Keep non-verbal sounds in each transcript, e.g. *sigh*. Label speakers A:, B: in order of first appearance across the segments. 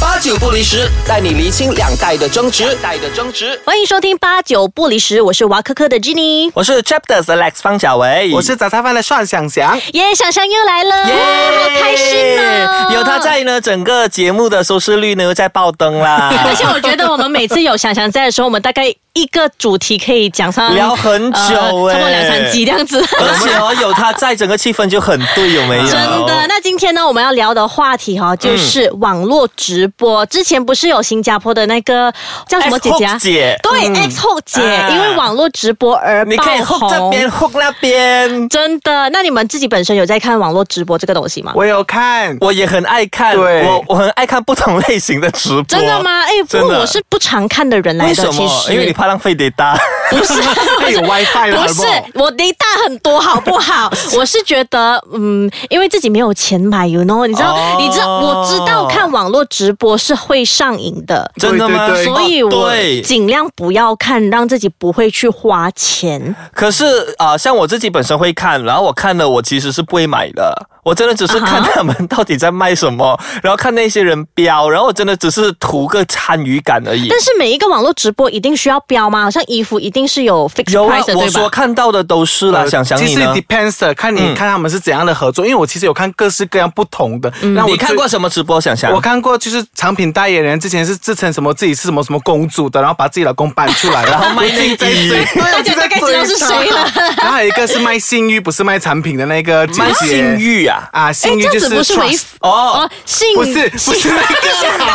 A: 八九不离十，带你厘清两代的争执。
B: 代的争执。
C: 欢迎收听八九不离十，我是娃科科的 Jenny，
D: 我是 Chapters Alex 方小维，
E: 我是杂菜饭的蒜想想，
C: 耶想想又来了好开心哦！
D: 有他，在呢，整个节目的收视率呢又在爆灯
E: *laughs*
D: 啦，
C: 而且我觉得我们每次有想想在的时候，我们大概一个主题可以讲上
D: 聊很久
C: 呃
D: 哎
C: 差不多两三集这样子。
D: 而且哦， *laughs* 有他在，整个气氛就很对，有没有？
C: 真的，那今天呢，我们要聊的话题哈、哦，就是网络直播。之前不是有新加坡的那个叫什么姐姐啊
D: X-Hook 姐嗯
C: 对、X 后姐、
D: 啊
C: 因为网络直播而
D: 你
C: 爆
D: 可以 hook 这
C: 红。
D: 边 hook 那边，
C: 真的，那你们自己本身有在看网络直播这个东西吗？
E: 我有看，
D: 我也很爱看，
E: 对
D: 我我很爱看不同类型的直播。
C: 真的？吗？哎，不
D: 真
C: 过
D: 的
C: 我是不常看的人来
D: 为
C: 的，
D: 什
C: 其
D: 么？
C: 实 *laughs*
D: 因为你怕浪
E: *laughs*
D: 费 data。
C: 不是
E: 还有 WiFi 了，
C: 不是我 data 很多，好不好？我是觉得，嗯，因为自己没有钱买，you know，你知道，
D: 哦
C: 你知道，我知道看网络直播是会上瘾的。
D: 真的吗？
E: 对对对
C: 所以我
D: 对
C: 尽量不要看，让自己不会去花钱。
D: 可是啊、呃像我自己本身会看，然后我看了，我其实是不会买的。我真的只是看
C: 啊哈
D: 他们到底在卖什么
C: 啊
D: 然后看那些人标，然后我真的只是图个参与感
C: *laughs*
D: 而已。
C: 但是每一个网络直播一定需要标吗？好像衣服一定是有 fixed
D: 有啊
C: price 的，
D: 我
C: 对
D: 所
C: 吧？
D: 看到的都是啦。想想
E: 呃其
D: 你
E: 实
D: 呢？
E: depends 的看你
D: 嗯
E: 看他们是怎样的合作，因为我其实有看各式各样不同的。
C: 嗯
E: 那我
D: 你看
E: 最
D: 过什么直播？想想
E: 我看过，就是产品代言人之前是自称什么自己是什么什么公主的，然后把自己老公搬
C: *laughs*
E: 出来，然后卖那一
D: 对
E: 大
C: 家大概知道是谁了。
E: *laughs* 然后还有一个是卖信誉，不是卖产品的那个姐
D: 卖
E: 姐
D: 信誉啊。
E: 啊，信誉
C: 哎这样
E: 就
C: 子
E: 是
C: 不是违
E: trust
C: 哦，性
E: 不是不是
C: *laughs*
E: 那个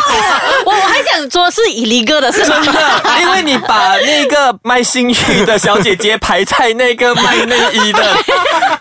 C: 我我还想说是 illegal 的是吗？
D: 那因为你把那个卖信誉的小姐姐排在那个卖内衣的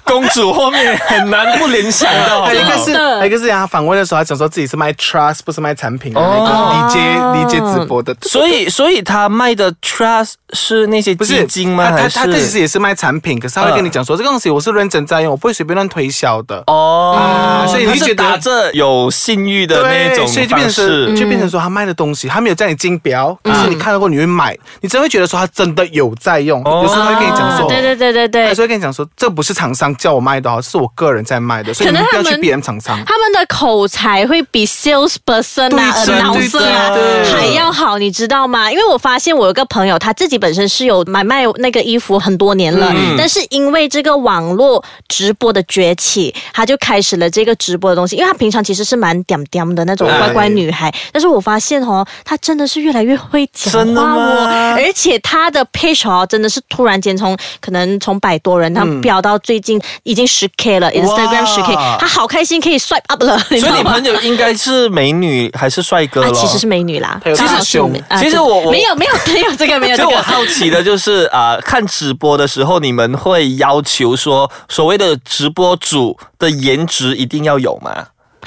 D: 公主后面，很难不联想
E: *laughs*
D: 到。
E: 还有一个
C: 真
E: 是，
C: 的
E: 还有一个是他访问的时候，他讲说自己是卖 trust，不是卖产品的
C: 哦
E: 那个 DJ、DJ 直播的，
D: 所以，所以他卖的 trust 是那些
E: 不
D: 基
E: 是
D: 金吗？
E: 他
D: 还
E: 他
D: 是
E: 他其实也是卖产品，可是他会跟你讲
C: 嗯
E: 说、这个东西我是认真在用，我不会随便乱推销的。
D: 哦、
E: 啊所以
D: 他
E: 你就是觉得
D: 打着有信誉的那
E: 对，
D: 种
E: 所以就
D: 方
E: 变成
D: 式。
E: 就变
C: 嗯
E: 成说他卖的东西，他没有叫你竞标，可是你看到过你会买，你真会觉得说他真的有在用。
D: 哦
E: 有时候他会跟你讲说，哎
C: 啊对对对对
E: 他
C: 对
E: 就。会跟你讲说这不是厂商叫我卖的哦，是我个人在卖的，所以
C: 可
E: 你
C: 能
E: 们不
C: 他
E: 要去
C: 们
E: 别人厂商。
C: 他们的口才会比 salesperson 啊、
E: 对真
C: announcer 啊
E: 对对
C: 还要好，你知道吗？因为我发现我有个朋友，他自己本身是有买卖那个衣服很多年了，
E: 嗯
C: 但是因为这个网络直播的崛起，他就开始了这个直播的东西。因为他平常其实是蛮嗲嗲的那种
E: 对
C: 乖乖女孩，但是我发现哦，她真的是越来越会讲
D: 真的
C: 话哦
D: 吗，
C: 而且她的 page 哦，真的是突然间从可能从百多人，她
E: 嗯
C: 飙到最近已经十 k 了，Instagram 十 k，她好开心可以 swipe up 了，你知
D: 所以
C: 道
D: 你
C: 吗
D: 朋？友应该是美女还是帅哥
C: 啊
D: 了？，
C: 其实是美女啦，
E: 她有
C: 刚好
E: 大
C: 是我们
E: 胸
C: 啊
D: 其实
C: 对
D: 我我
C: 没有没 *laughs* 有没有这个没哎有这
D: 就我
C: 个。
D: 好奇的就是 *laughs* 啊、看直播的时候，你们会要求说所谓的直播主的颜值一定要有吗？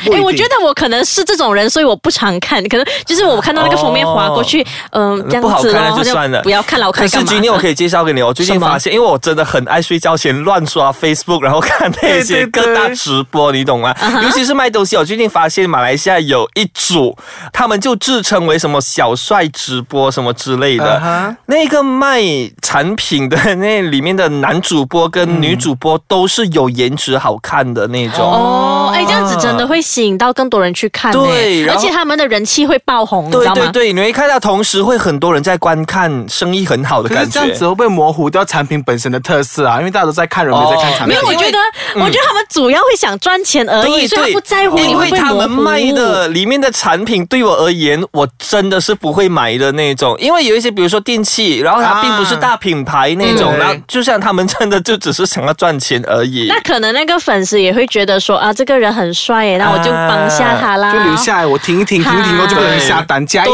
E: 不一
C: 哎，我
E: 定
C: 觉得我可能是这种人，所以我不常看，可能就是我看到那个封面划过去，嗯，这
D: 哦不
C: 样
D: 好
C: 子
D: 看
C: 咯，
D: 那就算了，
C: 不要看了，我看
D: 可
C: 干
D: 是
C: 嘛？
D: 今天我可以介绍给你，我最近
C: 什么
D: 发现，因为我真的很爱睡觉前乱刷 Facebook，然后看那些
E: 对对对
D: 各大直播，你懂吗？
C: 啊
D: 尤其是卖东西，我哦最近发现马来西亚有一组，他们就自称为什么小帅直播什么之类的
E: 啊哈
D: 那个卖产品的 *laughs* 那里面的男主播跟女主播都是有颜值好看的那种。
C: 哦，哎，这样子真的会吸引到更多人去看呢，
D: 对然
C: 而
D: 后
C: 且他们的人气会爆红，你知
D: 对
C: 道
D: 对
C: 吗？
D: 对，你会看到，同时会很多人在观看，生意很好的
E: 可
D: 感
E: 是
D: 觉。
E: 这样子会不会模糊掉产品本身的特色啊？因为大家都在看
D: 哦
E: 人，没在看产品。
C: 没有，我觉得，我觉得他们主要会想赚钱而已，
D: 对
C: 所以他
D: 对，
C: 不在乎你
D: 因
C: 会
D: 为
C: 不会
D: 他
C: 模
D: 们
C: 糊
D: 卖的里面的产品对我而言，我真的是不会买的那种。因为有一些，比如说电器，然后它
E: 啊
D: 并不是大品牌那种，
E: 嗯
D: 然后就像他们真的就只是想要赚钱而已。
C: 那可能那个粉丝也会觉得说啊，这个人很帅耶，那我就帮下他啦，
E: 啊就留下来，我停一停，停一停，我就不能下单加一。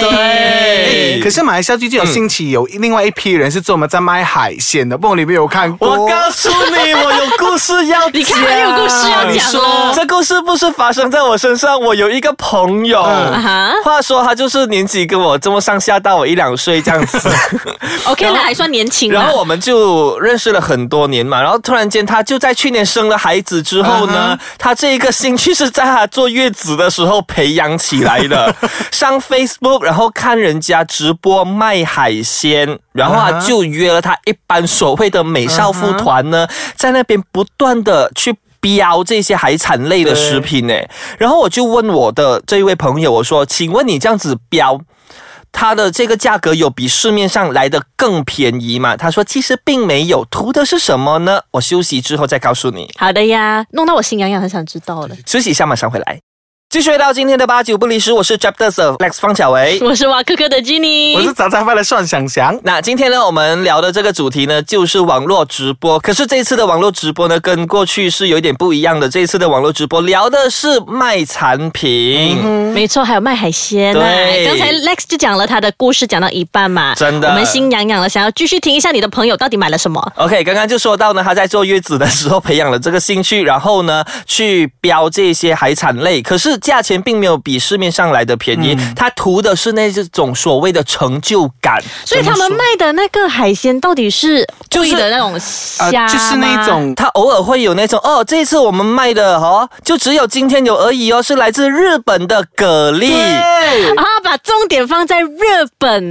C: 对
D: 对，
E: 可是马来西亚最近有兴起有另外一批人是专门在卖海鲜的，不懂你们有看过？
D: 我告诉你，我有故事要讲。哦
C: 你看还有故事要
D: 你
C: 讲哦
D: 说
C: 了
D: 这故事不是发生在我身上，我有一个朋友，
C: 啊哈
D: 话说他就是年纪跟我这么上下，大我一两岁这样子。
C: ，OK，那还算年轻啊啦。
D: 然后我们就认识了很多年嘛，然后突然间他就在去年生了孩子之后呢，他这一个兴趣是在她坐月子的时候培养起来的。上 Facebook，然后看人家直播卖海鲜，然后啊
E: 啊哈
D: 就约了她一般所谓的美少妇团呢，在那边不断的去。标这些海产类的食品呢，然后我就问我的这一位朋友，我说：“请问你这样子标，它的这个价格有比市面上来的更便宜吗？他说其实并没有，图的是什么呢？我休息之后再告诉你。
C: 好的呀，弄到我心痒痒，很想知道
E: *laughs*
C: 了。
D: 休息一下，马上回来。继续回到今天的八九不离十，我是 j a p d e s Lex 方小维。
C: 我是挖科科的
E: 我是
C: Jenny，
E: 杂菜饭的蒜想想。
D: 那今天呢，我们聊的这个主题呢，就是网络直播。可是这次的网络直播呢，跟过去是有一点不一样的。这次的网络直播聊的是卖产品。
C: 没错，还有卖海鲜啊
D: 对
C: 刚才 Lex 就讲了他的故事，讲到一半嘛，
D: 真的
C: 我们心痒痒了，想要继续听一下你的朋友到底买了什么。
D: OK，刚刚就说到呢，他在坐月子的时候培养了这个兴趣，然后呢去标这些海产类，可是价钱并没有比市面上来的便宜，他图的是那种所谓的成就感。
C: 所以他们卖的那个海鲜到底是
D: 就是
C: 贵的那种
E: 呃
C: 虾、，
E: 就是那一。种
D: 他偶尔会有那种哦，这次我们卖的哦，就只有今天有而已哦，是来自日本的蛤蜊。
C: 啊，把重点放在日本。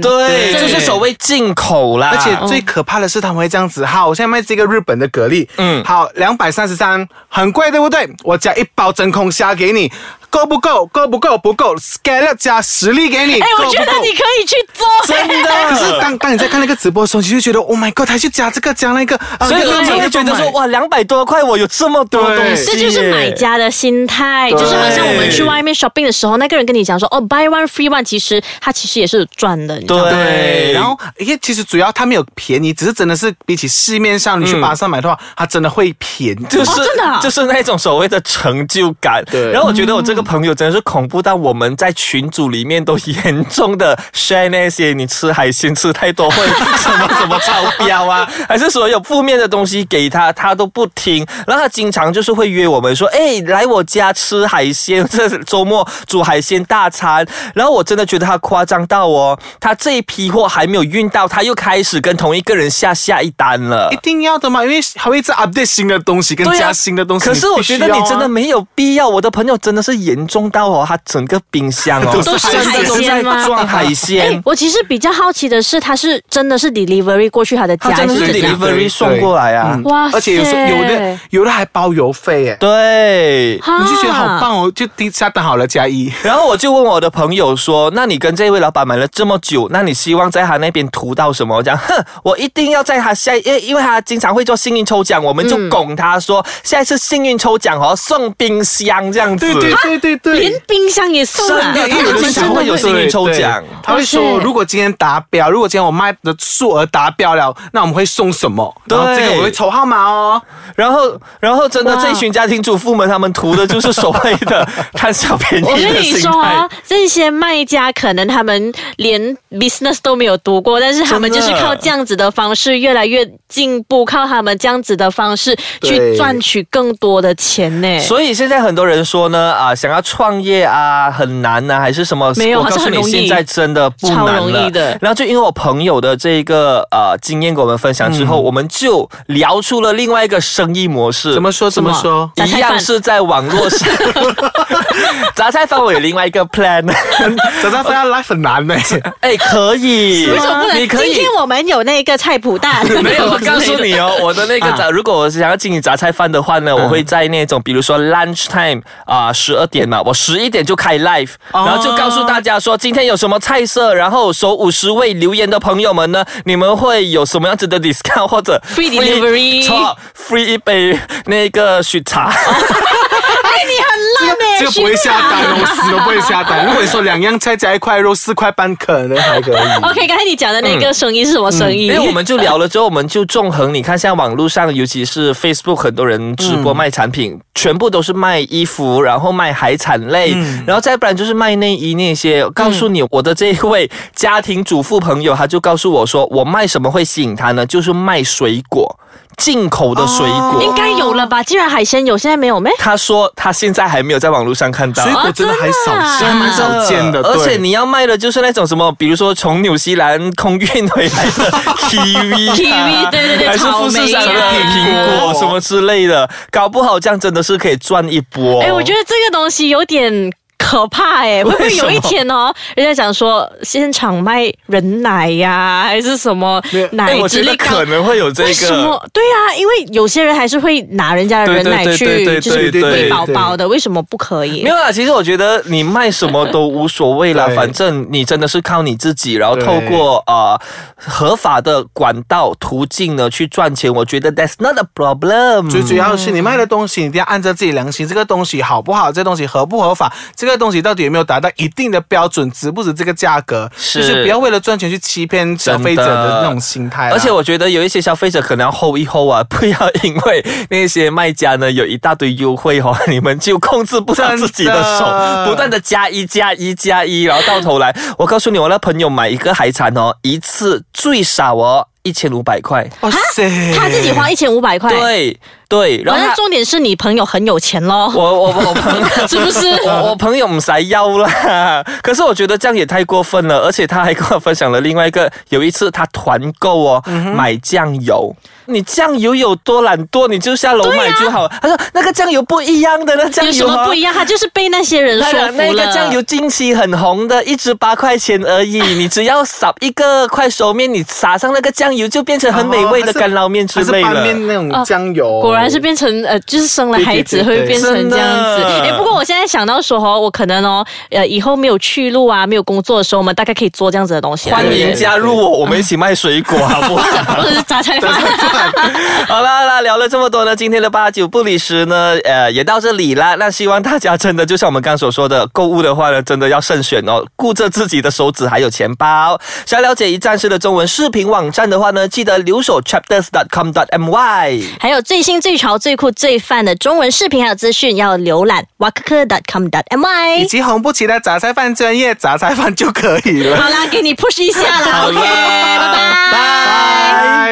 E: 对
D: 对，就是所谓进口啦。
E: 而且最可怕的是，他们会这样子。好，我现在卖这个日本的蛤蜊，
D: 嗯
E: 嗯，好，两百三十三，很贵，对不对？我加一包真空虾给你，够不够？够不够？不够 s c a l e 加实力给你，
C: 哎，我
E: 够不
C: 觉得
E: 够
C: 你可以去做。
D: 真的，
E: 可是当当你在看那个直播的时候，你就觉得 Oh my God，他去加这个加那个，啊
D: 所以
E: 那个
D: 你就
E: 那
D: 会
E: 个
D: 觉得说
E: 买
D: 哇，两百多块我有这么多
E: 对
D: 东西耶，
C: 这就是买家的心态，
E: 对
C: 就是好像我们去外面 shopping 的时候，那个人跟你讲说哦，buy one free one，其实他其实也是有赚的，你知道吗？
D: 对，
E: 对，然后因为其实主要它没有便宜，只是真的是比起市面上你去巴上买的话，它真的会便宜。
D: 嗯就是、
C: 哦真的啊
D: 就是那种所谓的成就感。
E: 对
D: 然后我觉得我这个朋友真的是恐怖到我们在群组里面都严重的 share 那些你吃海鲜吃太多会什么什么超标啊， *laughs* 还是所有负面的东西给他，他都不听。然后他经常就是会约我们说，哎，来我家吃海鲜，这周末煮海鲜大餐。然后我真的觉得他夸张到哦，他这一批货还没有运到，他又开始跟同一个人下下一单了
E: 一。定要的嘛，因为还会一直 update 新的东西跟
D: 对啊
E: 加新的东西。
D: 可是我
E: 必须
D: 觉得你
E: 要啊
D: 真的没有必要，我的朋友真的是严重到哦，他整个冰箱
E: *laughs*
D: 哦
C: 都是
D: 真的
C: 海
D: 都在
C: 鲜吗
D: 装海
C: 哎
D: 鲜，。
C: 我其实比较好奇的是，他是真的是 delivery 过去他的
D: 他
C: 家，
D: 真的
C: 还
D: 是
C: 怎样
D: delivery 送过来啊
E: 嗯，
C: 哇塞
E: 而且有时候有的有的还包邮费耶，
D: 对，
C: 哈
E: 你就觉得好棒哦，就订下单好了加一。
D: 然后我就问我的朋友说：“那你跟这位老板买了这么久，那你希望在他那边图到什么？”我讲，哼，我一定要在他下，因为因为他经常会做幸运抽奖，我们就
E: 嗯
D: 拱他说，下一次幸运抽奖哦，送冰箱这样子。
E: 对对对对对
C: 连。冰箱也送啊
D: 真的，
E: 因
D: 他
E: 为
D: 们
E: 有的
D: 经常会有幸运抽奖
E: 对对他会
C: 哦
E: 说，
C: 是
E: 如果今天达标，如果今天我卖的数额达标了，那我们会送什么？
D: 对
E: 然后这个我会抽号码哦。
D: 然后，然后真的
C: 哇
D: 这一群家庭主妇们，他们图的就是所谓的 *laughs* 贪小便宜
C: 我跟
D: 的
C: 你
D: 心
C: 说
D: 态
C: 啊。，这些卖家可能他们连 business 都没有读过，但是他们
D: 真
C: 就
D: 的
C: 是靠这样子的方式越来越进步，靠他们这样子的方式去
E: 对
C: 赚取更多的钱呢。
D: 所以现在很多人说呢，啊，想要创业啊很难呐、还是什么？
C: 没有
D: 我告
C: 好
D: 诉
C: 像
D: 你，
C: 很容易
D: 现在真的不难
C: 超容易的
D: 然后就因为我朋友的这个呃经验跟我们分享之
C: 嗯
D: 后，我们就聊出了另外一个生意模式。
E: 怎么说？怎么说？
C: 杂
D: 一
C: 菜
D: 样
C: 饭
D: 是在网络
C: *laughs*
D: 上，杂菜饭我有另外一个
C: *laughs*
D: plan，
E: 早上非要 life 很难呢。
D: 哎，可以，
C: 为什么不能？
D: 你可以
C: 今天我们有那个菜谱蛋，
D: *laughs*
C: *laughs*
D: 没有，我告诉你哦，我的那个杂，如果我想要经营杂菜饭的话呢，我会在那种比如说 lunch time 啊，十二点嘛，我十一点就开 live，
E: 哦
D: 然后就告诉大家说今天有什么菜色，然后首五十位留言的朋友们呢，你们会有什么样子的 discount 或者
C: Free delivery
D: *laughs* 错，free 一杯那个雪茶。
C: 哎，你很烂呢，
E: 这个不会下单哦，我死都不会下单。如果你说两样菜加一块肉四块半，可能还可以。
D: 嗯
C: OK，刚才你讲的那个生意是什么生意？
D: 因嗯为我们就聊了之后，我们就纵横。你看，像网络上，尤其是 Facebook，很多人直
E: 嗯
D: 播卖产品，全部都是卖衣服，然后卖海产类，
E: 嗯
D: 然后再不然就是卖内衣那些。告诉你，我的这一位家庭主妇朋友，他就告诉我说，我卖什么会吸引他呢？就是卖水果。进口的水果。
E: 哦
C: 应该有了吧？既然海鲜有，现在没有咩？
D: 他说他现在还没有在网络上看到
E: 水。果真的还少
C: 啊
E: 见，
C: 真的
E: 蛮少见的。
D: 而且
E: 对
D: 你要卖的就是那种什么，比如说从纽西兰空运回来
C: *laughs*
D: 的 kiwi 啊、
C: kiwi，对对对
D: 还是富士山
C: 草
D: 的
C: 莓啊
D: 苹果什么之类的，搞不好这样真的是可以赚一波。
C: 哎、我觉得这个东西有点。可怕哎、会不会有一天哦？人家讲说现场卖人奶呀、还是什么奶
D: 哎我
C: 之
D: 觉
C: 类
D: 得
C: 的？
D: 可能会有这
C: 为什
D: 个。
C: 么？对啊，因为有些人还是会拿人家的人奶
D: 对对对
C: 去，
D: 对对
C: 就是
D: 对
C: 喂
D: 对
C: 宝宝的，为什么不可以？
D: 没有啊啦，其实我觉得你卖什么都无所谓啦，
E: 对
D: 反正你真的是靠你自己，然后
E: 对
D: 透过啊、呃合法的管道途径呢去赚钱，我觉得 that's not a problem。
E: 最主要是你卖的东西，你一定要按照自己良心，这个东西好不好，这东西合不合法，这个东西到底有没有达到一定的标准，值不值这个价格，
D: 是
E: 就是不要为了赚钱去欺骗消费者的那种心态啦。啊
D: 而且我觉得有一些消费者可能要 hold 一 hold 啊， *laughs* 不要因为那些卖家呢有一大堆优惠哦， *laughs* 你们就控制不了自己的手，
E: 真的
D: 不断的加一加一加一，然后到头来， *laughs* 我告诉你，我那朋友买一个海产哦，一次最少哦一千五百块，
E: 哇塞
C: 他自己花一千五百块，
D: 对对，
C: 反
D: 然后
C: 正
D: 他
C: 重点是你朋友很有钱咯，
D: 我我我朋友。
C: *laughs* 是不
D: *laughs*
C: 是？
D: 我我朋友唔使要啦， *laughs* 可是我觉得这样也太过分了，而且他还跟我分享了另外一个，有一次他团购哦，
C: 嗯
D: 买酱油，你酱油有多懒惰，你就下楼买就好。他说那个酱油不一样的，那酱
C: 有什
D: 油、
C: 么
D: 啊、
C: 不一样？他就是被那些人
D: 那
C: 说
D: 个
C: 服了。
D: 那个酱油近期很红的，一支八块钱而已。你只要撒一个快熟面，你撒上那个酱油，就变成很美味
C: 哦
D: 的干捞面之类
E: *laughs* 还是拌
D: 了。
E: 面那种酱油，
C: 果然是变成呃，就是生了孩子
E: 对对对
C: 会变成这样子。
D: 真的
C: 哎、不过我现在想到说哦，我可能哦，呃，以后没有去路啊，没有工作的时候，我们大概可以做这样子的东西啊。
D: 欢迎
C: 对
D: 加入我，我们一起卖水果，好 *laughs* 不
C: *laughs*
D: 好？
C: 或者是榨菜饭。
D: *laughs* 好啦好啦，聊了这么多呢，今天的八九不离十呢，呃，也到这里啦。那希望大家真的就像我们刚刚所说的，购物的话呢，真的要慎选哦，顾着自己的手指还有钱包。想了解一站式的中文视频网站的话呢，记得留守 chapters.com.my。
C: 还有最新、最潮、最酷、最范的中文视频还有资讯，要浏览 w a k e k c o m my
E: 以。及红不齐的杂菜饭专业杂菜 *laughs* 饭就可以了。
C: 好啦，给你 push 一下啦，OK，拜拜。
E: 拜。